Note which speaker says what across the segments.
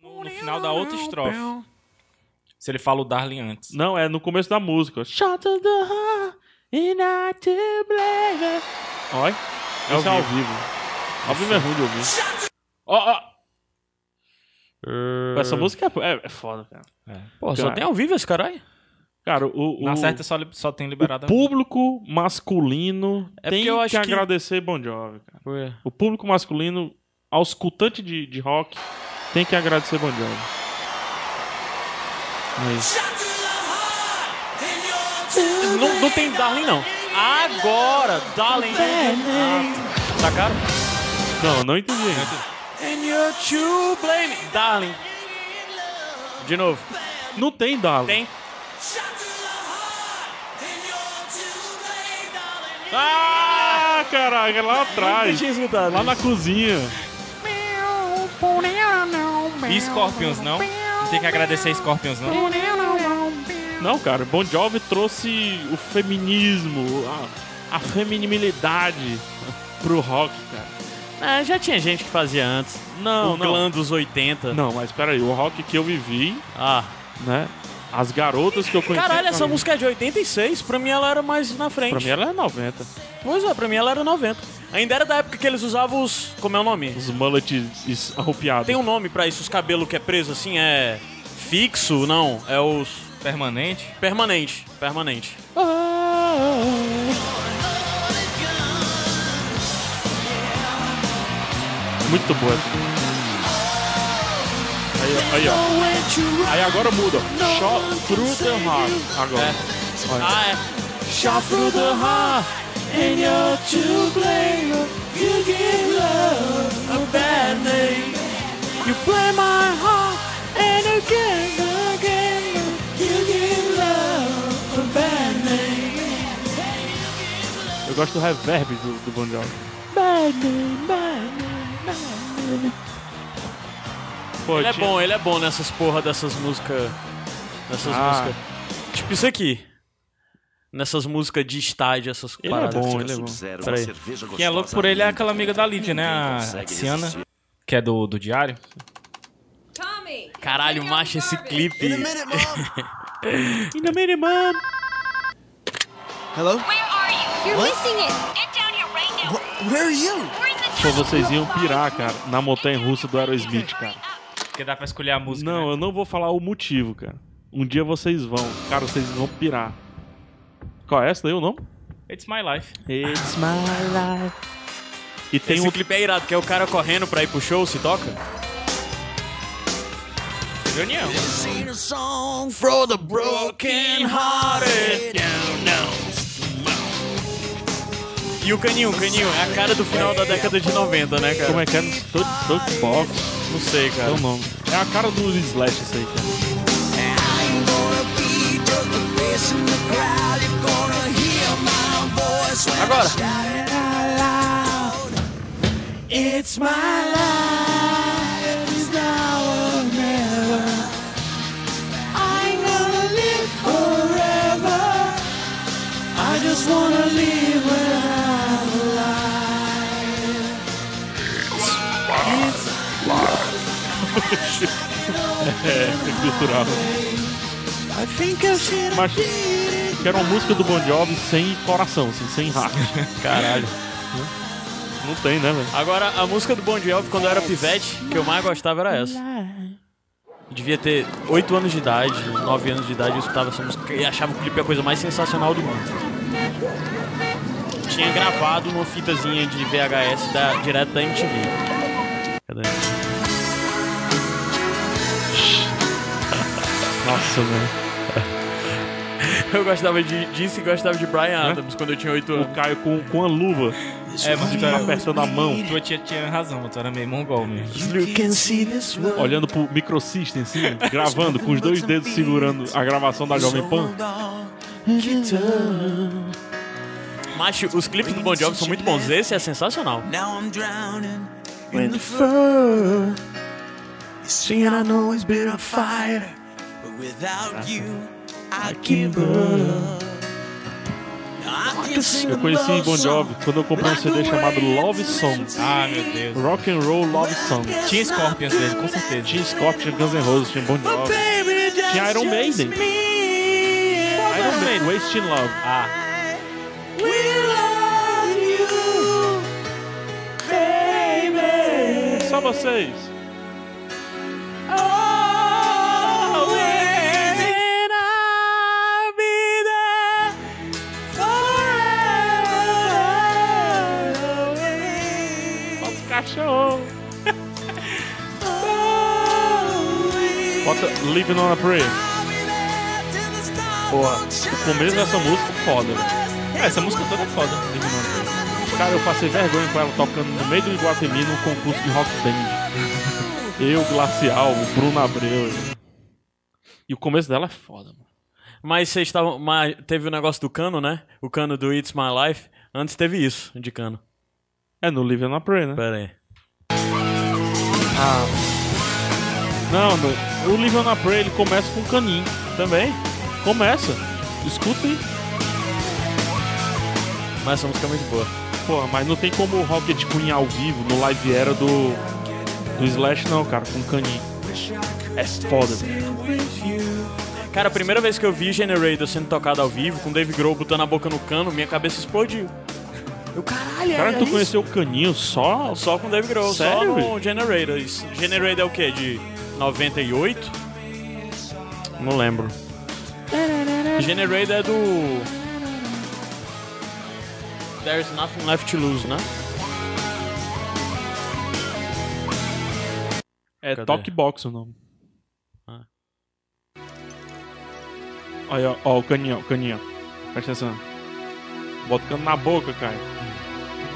Speaker 1: no final da outra estrofe. Se ele fala o Darling antes.
Speaker 2: Não, é no começo da música. Shot to the heart, and I to blame it. Olha,
Speaker 1: É
Speaker 2: isso é
Speaker 1: ao
Speaker 2: ao vivo. Ao vivo é ruim de ouvir.
Speaker 1: Ó, ó.
Speaker 2: Essa música é, é- é foda, cara.
Speaker 3: Pô, só
Speaker 2: Cara.
Speaker 3: tem ao vivo esse caralho?
Speaker 2: Cara, o, o,
Speaker 1: Na certa só, li- só tem liberado.
Speaker 2: o público masculino
Speaker 3: É
Speaker 2: tem
Speaker 3: porque eu
Speaker 2: que
Speaker 3: acho que-
Speaker 2: agradecer Bon Jovi, cara. O público masculino, aos escutante de, de rock, tem que agradecer Bon Jovi.
Speaker 3: Não, não tem Darling, não. Agora, Darling. Ah,
Speaker 1: Tá
Speaker 3: Sacaram?
Speaker 2: Não, eu não entendi. ainda.
Speaker 3: And you're to blame. Darling. De novo.
Speaker 2: Não tem Dallas.
Speaker 3: Tem.
Speaker 2: Ah, caralho, é lá
Speaker 3: Eu
Speaker 2: atrás.
Speaker 3: tinha né? escutado.
Speaker 2: Lá na cozinha.
Speaker 1: E Scorpions, não? Não tem que agradecer Scorpions, não?
Speaker 2: Não, cara, Bon Jovi trouxe o feminismo, a, a feminilidade pro rock, cara.
Speaker 3: Ah, já tinha gente que fazia antes.
Speaker 2: Não,
Speaker 3: o
Speaker 2: não.
Speaker 3: glam dos 80.
Speaker 2: Não, mas peraí, o rock que eu vivi,
Speaker 3: Ah.
Speaker 2: né? As garotas que eu conheci.
Speaker 3: Caralho, essa
Speaker 2: pra mim-
Speaker 3: música é de 86. Pra mim ela era mais na frente.
Speaker 2: Pra mim ela é 90.
Speaker 3: Pois é, pra mim ela era 90. Ainda era da época que eles usavam os. Como é o nome?
Speaker 2: Os mullets es- arrupiados.
Speaker 3: Tem um nome pra isso, os cabelos que é preso assim, é. Fixo? Não, é os.
Speaker 1: Permanente.
Speaker 3: Permanente. Permanente.
Speaker 2: Muito boa. Aí, ó, aí, ó. Aí agora muda. ó. Shot through the heart. Agora.
Speaker 3: Ah, é. Shot through the heart, and you're to blame. You give love a bad name. You play my heart, and again, again, you give love a bad name.
Speaker 2: Eu gosto do reverb do, do Bon Jovi.
Speaker 3: Bad name, bad name, bad name.
Speaker 2: Pô,
Speaker 3: Ele é
Speaker 2: tinha-
Speaker 3: bom, ele é bom nessas porra dessas músicas. Nessas
Speaker 2: Ah.
Speaker 3: músicas. Tipo isso aqui. Nessas músicas de estádio, essas
Speaker 2: Ele é
Speaker 3: paradas.
Speaker 2: bom, ele é bom.
Speaker 4: Zero,
Speaker 3: Peraí.
Speaker 4: uma cerveja
Speaker 1: Quem é louco por ele é aquela amiga da Lídia, né? A Tiana, que é do, do Diário.
Speaker 5: Tommy!
Speaker 3: Caralho, macho, esse clipe.
Speaker 2: In a minute, man.
Speaker 4: Hello?
Speaker 6: Where are you? You're
Speaker 4: What?
Speaker 6: missing it. Get down here right now.
Speaker 4: Where are you?
Speaker 6: We're in the
Speaker 2: Pô,
Speaker 6: tunnel.
Speaker 2: vocês iam pirar, cara, na montanha russa do Aerosmith, cara.
Speaker 1: Porque dá pra escolher a música.
Speaker 2: Não,
Speaker 1: né?
Speaker 2: eu não vou falar o motivo, cara. Um dia vocês vão. Cara, vocês vão pirar. Qual é essa daí o nome?
Speaker 1: It's My Life.
Speaker 2: It's my life. E tem
Speaker 3: Esse
Speaker 2: um
Speaker 3: clipe é irado, que é o cara correndo pra ir pro show, se toca.
Speaker 1: Reunião.
Speaker 4: Sing a song for the broken hearted.
Speaker 3: E o caninho, o caninho, é a cara do final da década de 90, né, cara? Então,
Speaker 2: Como é que é? Toad Toad Box.
Speaker 3: Não sei,
Speaker 2: É
Speaker 3: cara.
Speaker 2: o nome. É a cara do Slash isso aí, cara.
Speaker 3: Agora. It's my life, it's now or never. I'm gonna live forever. I just wanna live without
Speaker 2: É cultural.
Speaker 3: I think I should
Speaker 2: Mas que era uma música do Bon Jovi sem coração, assim, sem heart. Caralho. Não tem, né, velho?
Speaker 3: Agora, a música do Bon Jovi, quando eu era pivete, que eu mais gostava era essa. Eu devia ter 8 anos de idade, 9 anos de idade, eu escutava essa música e achava o clipe a coisa mais sensacional do mundo. Tinha gravado uma fitazinha de VHS da, direto da MTV. Cadê?
Speaker 2: Nossa, velho.
Speaker 3: Eu gostava de, disso e gostava de Brian Adams quando eu tinha 8 anos.
Speaker 2: O Caio com, com a luva,
Speaker 1: É, mas tu
Speaker 2: tá
Speaker 1: era...
Speaker 2: apertando a mão,
Speaker 1: Tua tia tinha razão, tu era meio mongol mesmo.
Speaker 2: olhando pro microsystem, assim, gravando, com os dois dedos segurando a gravação da Jovem Pan.
Speaker 3: Macho, os clipes do Bon Jovi são muito bons. Esse é sensacional.
Speaker 7: Now I'm drowning in the fur. You see, I know it's been a fire, but without you, I give up.
Speaker 2: Eu conheci Bon Jovi quando eu comprei um CD chamado Love Songs.
Speaker 1: Ah, meu Deus.
Speaker 2: Rock and Roll Love Songs.
Speaker 1: Tinha Scorpions dele, com certeza.
Speaker 2: Tinha Scott, tinha Guns N' Roses, tinha Bon Jovi. Tinha Iron Maiden. Iron Maiden, Wasting Love. Ah. Só vocês. Bota o cachorro. Bota Living on a Prayer. Porra, o começo dessa música é foda, velho.
Speaker 1: Ah, essa música toda é foda. Living on a Prayer.
Speaker 2: Cara, eu passei vergonha com ela tocando no meio do Iguatemi num concurso de rock band. Eu, Glacial, o Bruno Abreu. E o começo dela é foda, mano.
Speaker 3: Mas vocês estavam. mas Teve o negócio do cano, né? O cano do It's My Life. Antes teve isso, de cano.
Speaker 2: É no Live and Pray, né?
Speaker 3: Pera aí.
Speaker 2: Não, no, o Live and Pray ele começa com um caninho também. Começa. Escutem.
Speaker 3: Mas essa música é muito boa.
Speaker 2: Porra, mas não tem como o Rocket Queen ao vivo no live era do, do Slash, não, cara, com caninho. É foda, velho.
Speaker 3: Cara, a primeira vez que eu vi Generator sendo tocado ao vivo, com Dave Grohl botando a boca no cano, minha cabeça explodiu. Eu, caralho,
Speaker 2: Cara,
Speaker 3: é
Speaker 2: tu
Speaker 3: isso?
Speaker 2: conheceu o caninho só?
Speaker 3: Só com Dave Grohl,
Speaker 2: Sério?
Speaker 3: só no Generator. Isso- Generator é o quê? De 98?
Speaker 2: Não lembro.
Speaker 3: Generator é do. There's Nothing Left to Lose, né?
Speaker 2: É
Speaker 3: Cadê?
Speaker 2: Talk Box o nome.
Speaker 3: Ah.
Speaker 2: Aí, ó, ó, o caninho, ó, o caninho. ó. Presta atenção. Bota o cano na boca, cara.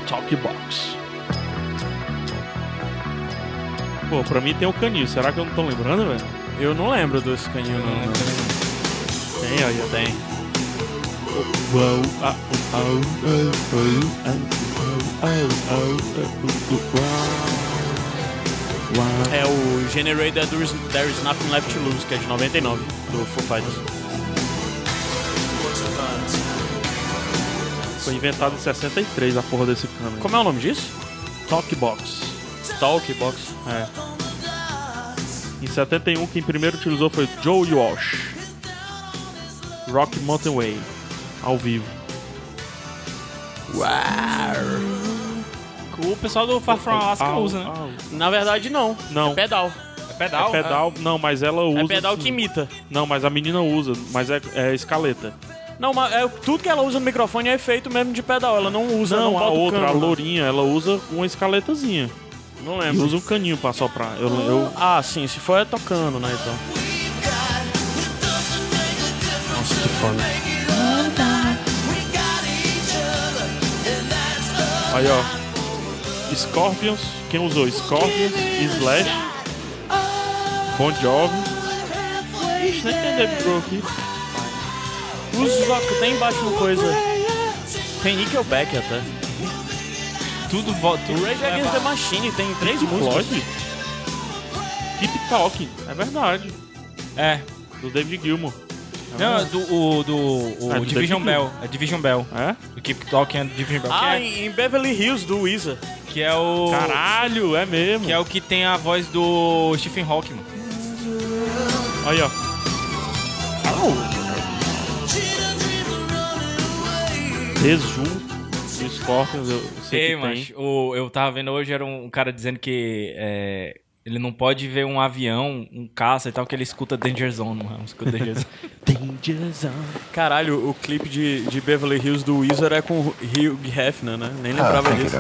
Speaker 2: Talk Box. Pô, pra mim tem o caninho. Será que eu não tô lembrando, velho?
Speaker 3: Eu não lembro desse caninho, não. né?
Speaker 2: Tem, aí, ó.
Speaker 3: Tem. É o Generator é do Is- There's Nothing Left to Lose, que é de 99, do Foo Fighters.
Speaker 2: Foi inventado em 63 a porra desse cano. aí.
Speaker 3: Como é o nome disso?
Speaker 2: Talk Box.
Speaker 3: Talk Box.
Speaker 2: É. Em 71, quem primeiro utilizou foi Joe Walsh. Rock Mountain Way, ao vivo.
Speaker 1: O pessoal do Far From Alaska
Speaker 2: Au,
Speaker 1: usa, né?
Speaker 2: au.
Speaker 3: Na verdade, não.
Speaker 2: Não.
Speaker 3: É pedal.
Speaker 1: É pedal.
Speaker 2: É pedal, não, mas ela usa.
Speaker 3: É pedal
Speaker 2: sim.
Speaker 3: que imita.
Speaker 2: Não, mas a menina usa, mas é, é escaleta.
Speaker 3: Não, mas é, tudo que ela usa no microfone é feito mesmo de pedal. Ela não usa, não,
Speaker 2: Não, a
Speaker 3: bota o
Speaker 2: outra,
Speaker 3: cano,
Speaker 2: a
Speaker 3: não.
Speaker 2: lourinha, ela usa uma escaletazinha.
Speaker 3: Não
Speaker 2: E
Speaker 3: lembro.
Speaker 2: usa um caninho pra soprar. Eu, eu,
Speaker 3: Ah, sim, se for é tocando, né, então. Nossa, que foda.
Speaker 2: aí, ó. Scorpions, quem usou? Scorpions, Slash, Bon Jovi. Ixi, nem tem Dave Grohl aqui.
Speaker 3: Usa os óculos, tem embaixo uma coisa. Tem Nickelback até.
Speaker 1: Ah. Tudo é volta.
Speaker 3: O Rage Against the Machine tem três
Speaker 2: Pink
Speaker 3: músicas.
Speaker 2: Floyd? Keep Talking, é verdade.
Speaker 1: É.
Speaker 2: Do David Gilmour.
Speaker 1: Não, do, o, Tá Ah, do, o
Speaker 2: É, do
Speaker 1: Division
Speaker 2: David
Speaker 1: Bell. É Division Bell.
Speaker 2: É?
Speaker 1: O Keep Talking é do Division Bell.
Speaker 3: Ah,
Speaker 1: que,
Speaker 3: em em Beverly Hills, do Weezer.
Speaker 1: é, que é o.
Speaker 2: Caralho, é mesmo.
Speaker 1: Que é o que tem a voz do Stephen Hawking.
Speaker 2: Aí, ó. Resu do Scorpions, eu sei
Speaker 1: Ei,
Speaker 2: que tem.
Speaker 1: mas o, eu tava vendo hoje, era um cara dizendo que é, ele não pode ver um avião, um caça e tal, que ele escuta Danger Zone, mano. Escuta Danger Zone.
Speaker 3: Caralho, o clipe de, de Beverly Hills do Weezer é com o Hugh Hefner, né? Nem lembrava disso.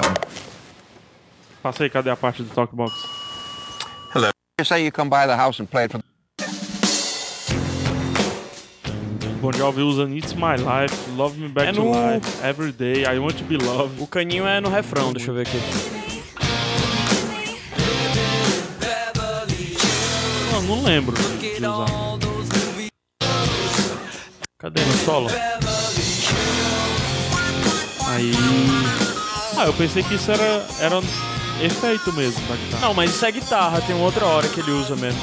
Speaker 2: Passa aí, cadê a parte do Talkbox?
Speaker 8: say you come by the house and play it for
Speaker 2: Bon Jovi usa It's My Life, Love Me Back
Speaker 3: É
Speaker 2: to
Speaker 3: no-
Speaker 2: Life, Every Day, I Want To Be Loved.
Speaker 3: O caninho é no refrão, deixa eu ver aqui.
Speaker 2: Não, não lembro de de usar.
Speaker 3: Cadê no solo?
Speaker 2: Aí... Ah, eu pensei que isso era, era efeito mesmo tá. da guitarra.
Speaker 3: Não, mas isso é guitarra, tem uma outra hora que ele usa mesmo.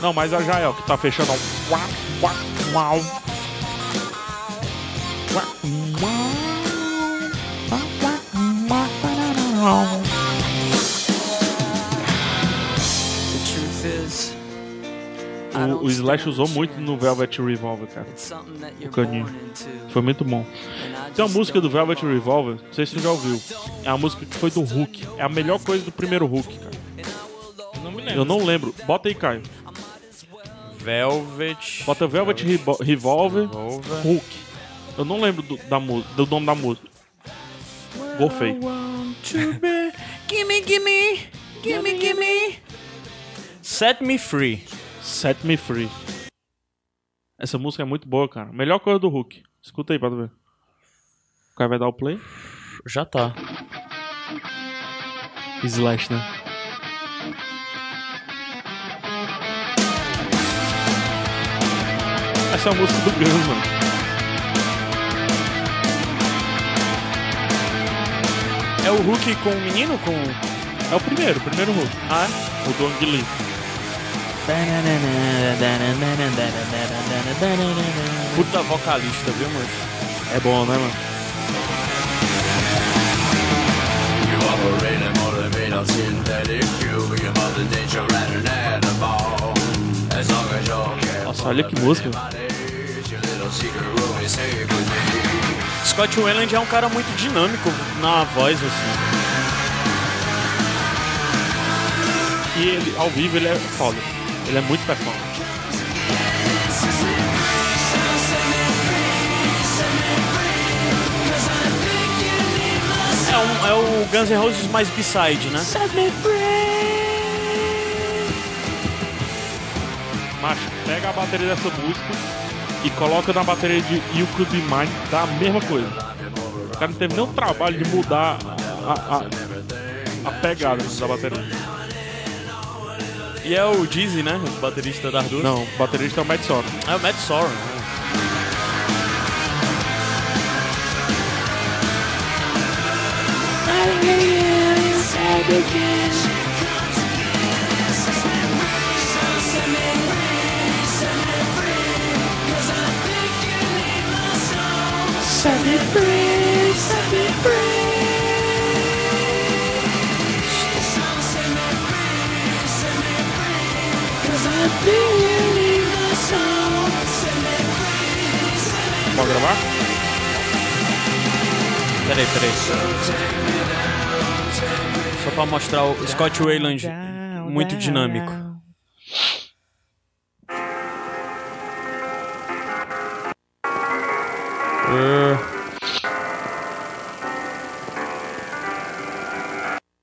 Speaker 2: Não, mas a Jael que tá fechando. ó. Quá, quá, uau. Quá, uau.
Speaker 7: wrong.
Speaker 4: The truth is, I
Speaker 2: O,
Speaker 4: don't
Speaker 2: o Slash
Speaker 4: stand
Speaker 3: um
Speaker 2: usou muito no Velvet Revolver, cara.
Speaker 4: It's something that you're
Speaker 2: Caninho.
Speaker 4: born into.
Speaker 2: Foi muito bom.
Speaker 4: and I
Speaker 2: Tem uma
Speaker 4: just
Speaker 2: música do
Speaker 4: don't
Speaker 2: Velvet
Speaker 4: belong.
Speaker 2: Revolver, não sei se você já ouviu. É a música que foi do Hulk. É a melhor coisa do primeiro Hulk, cara.
Speaker 3: Não me
Speaker 2: Eu não lembro. Bota aí, Caio.
Speaker 3: Velvet.
Speaker 2: Bota Velvet Revo- Revolver
Speaker 3: Revolver.
Speaker 2: Hulk. Eu não lembro do, da mu- do nome da música. Golfei.
Speaker 4: Gimme, gimme, gimme, gimme.
Speaker 3: Set Me Free.
Speaker 2: Set Me Free. Essa música é muito boa, cara. Melhor coisa do Hulk. Escuta aí pra tu ver. O cara vai dar o play.
Speaker 3: Já tá.
Speaker 2: Slash, né? Essa é a música do Guns, mano.
Speaker 3: É o Hulk com o menino? Com.
Speaker 2: É o primeiro, o primeiro Hulk. Ah, é? O do Ang Lee.
Speaker 3: Puta vocalista, viu, mano?
Speaker 2: É bom, né, mano?
Speaker 7: You operate and motivate on synthetic fuel. Your mother nature at an animal. As long as you're careful
Speaker 2: Nossa, olha que música.
Speaker 7: about it, your little secret will be safe with me.
Speaker 3: Scott Wayland é um cara muito dinâmico na voz, assim.
Speaker 2: E ele, ao vivo, ele é foda. Ele é muito performance.
Speaker 3: É, um- é o Guns N' Roses mais B-side, né?
Speaker 2: Macho, pega a bateria dessa música e coloca na bateria de You Could Be Mine, dá a mesma coisa. O cara não teve nenhum trabalho de mudar a, a- a pegada da bateria.
Speaker 3: E é o Dizzy, né? O baterista da duas.
Speaker 2: Não, o baterista é o Matt Sorum.
Speaker 3: É o Matt Sorum.
Speaker 2: Pode gravar?
Speaker 3: Peraí, peraí. Só pra mostrar o Scott Wayland muito dinâmico.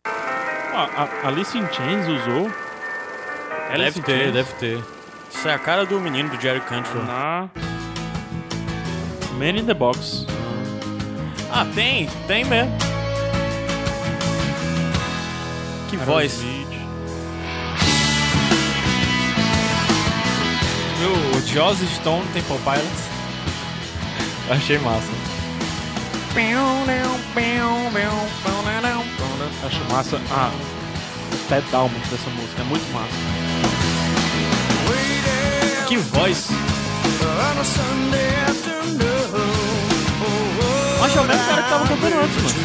Speaker 2: Ah, a, Alice in Chains usou Alice
Speaker 3: Deve
Speaker 2: in
Speaker 3: ter,
Speaker 2: Chains
Speaker 3: deve ter. Isso é a cara do menino do Jerry Cantrell. né?
Speaker 2: na Man in the Box.
Speaker 3: Ah, tem, tem mesmo. Que voz.
Speaker 1: Viu? O Joss Stone Temple Pilots. Achei massa.
Speaker 2: Acho massa Ah, a pedal dessa música, é muito massa.
Speaker 3: Que voz. Mas é o mesmo cara que tava cantando antes, mano.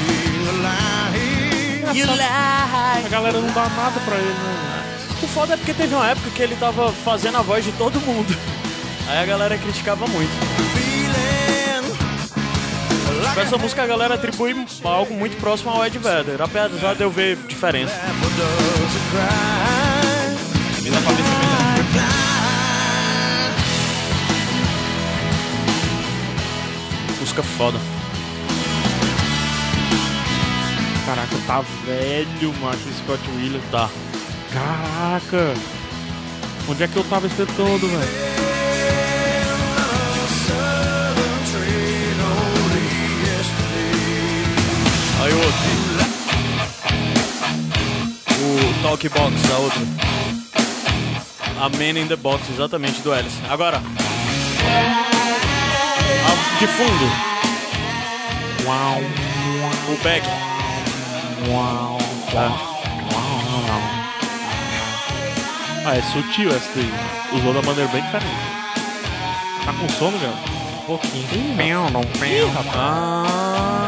Speaker 2: A galera não dá nada pra ele, né?
Speaker 3: O foda é porque teve uma época que ele tava fazendo a voz de todo mundo. Aí a galera criticava muito. Com essa música a galera atribui algo muito próximo ao Ed Vedder, apesar de eu ver diferença. Música foda.
Speaker 2: Caraca, tá velho, macho, esse Scott Wheeler.
Speaker 3: Tá.
Speaker 2: Caraca! Onde é que eu tava esse tempo todo, velho?
Speaker 3: Aí o outro. O Talk Box, a outra. A Man in the Box, exatamente, do Alice. Agora. A de fundo. Uau. O back.
Speaker 2: Uau, Ah, é sutil essa daí. Usou da maneira bem diferente. Tá com sono, velho? Um pouquinho.
Speaker 3: Ah,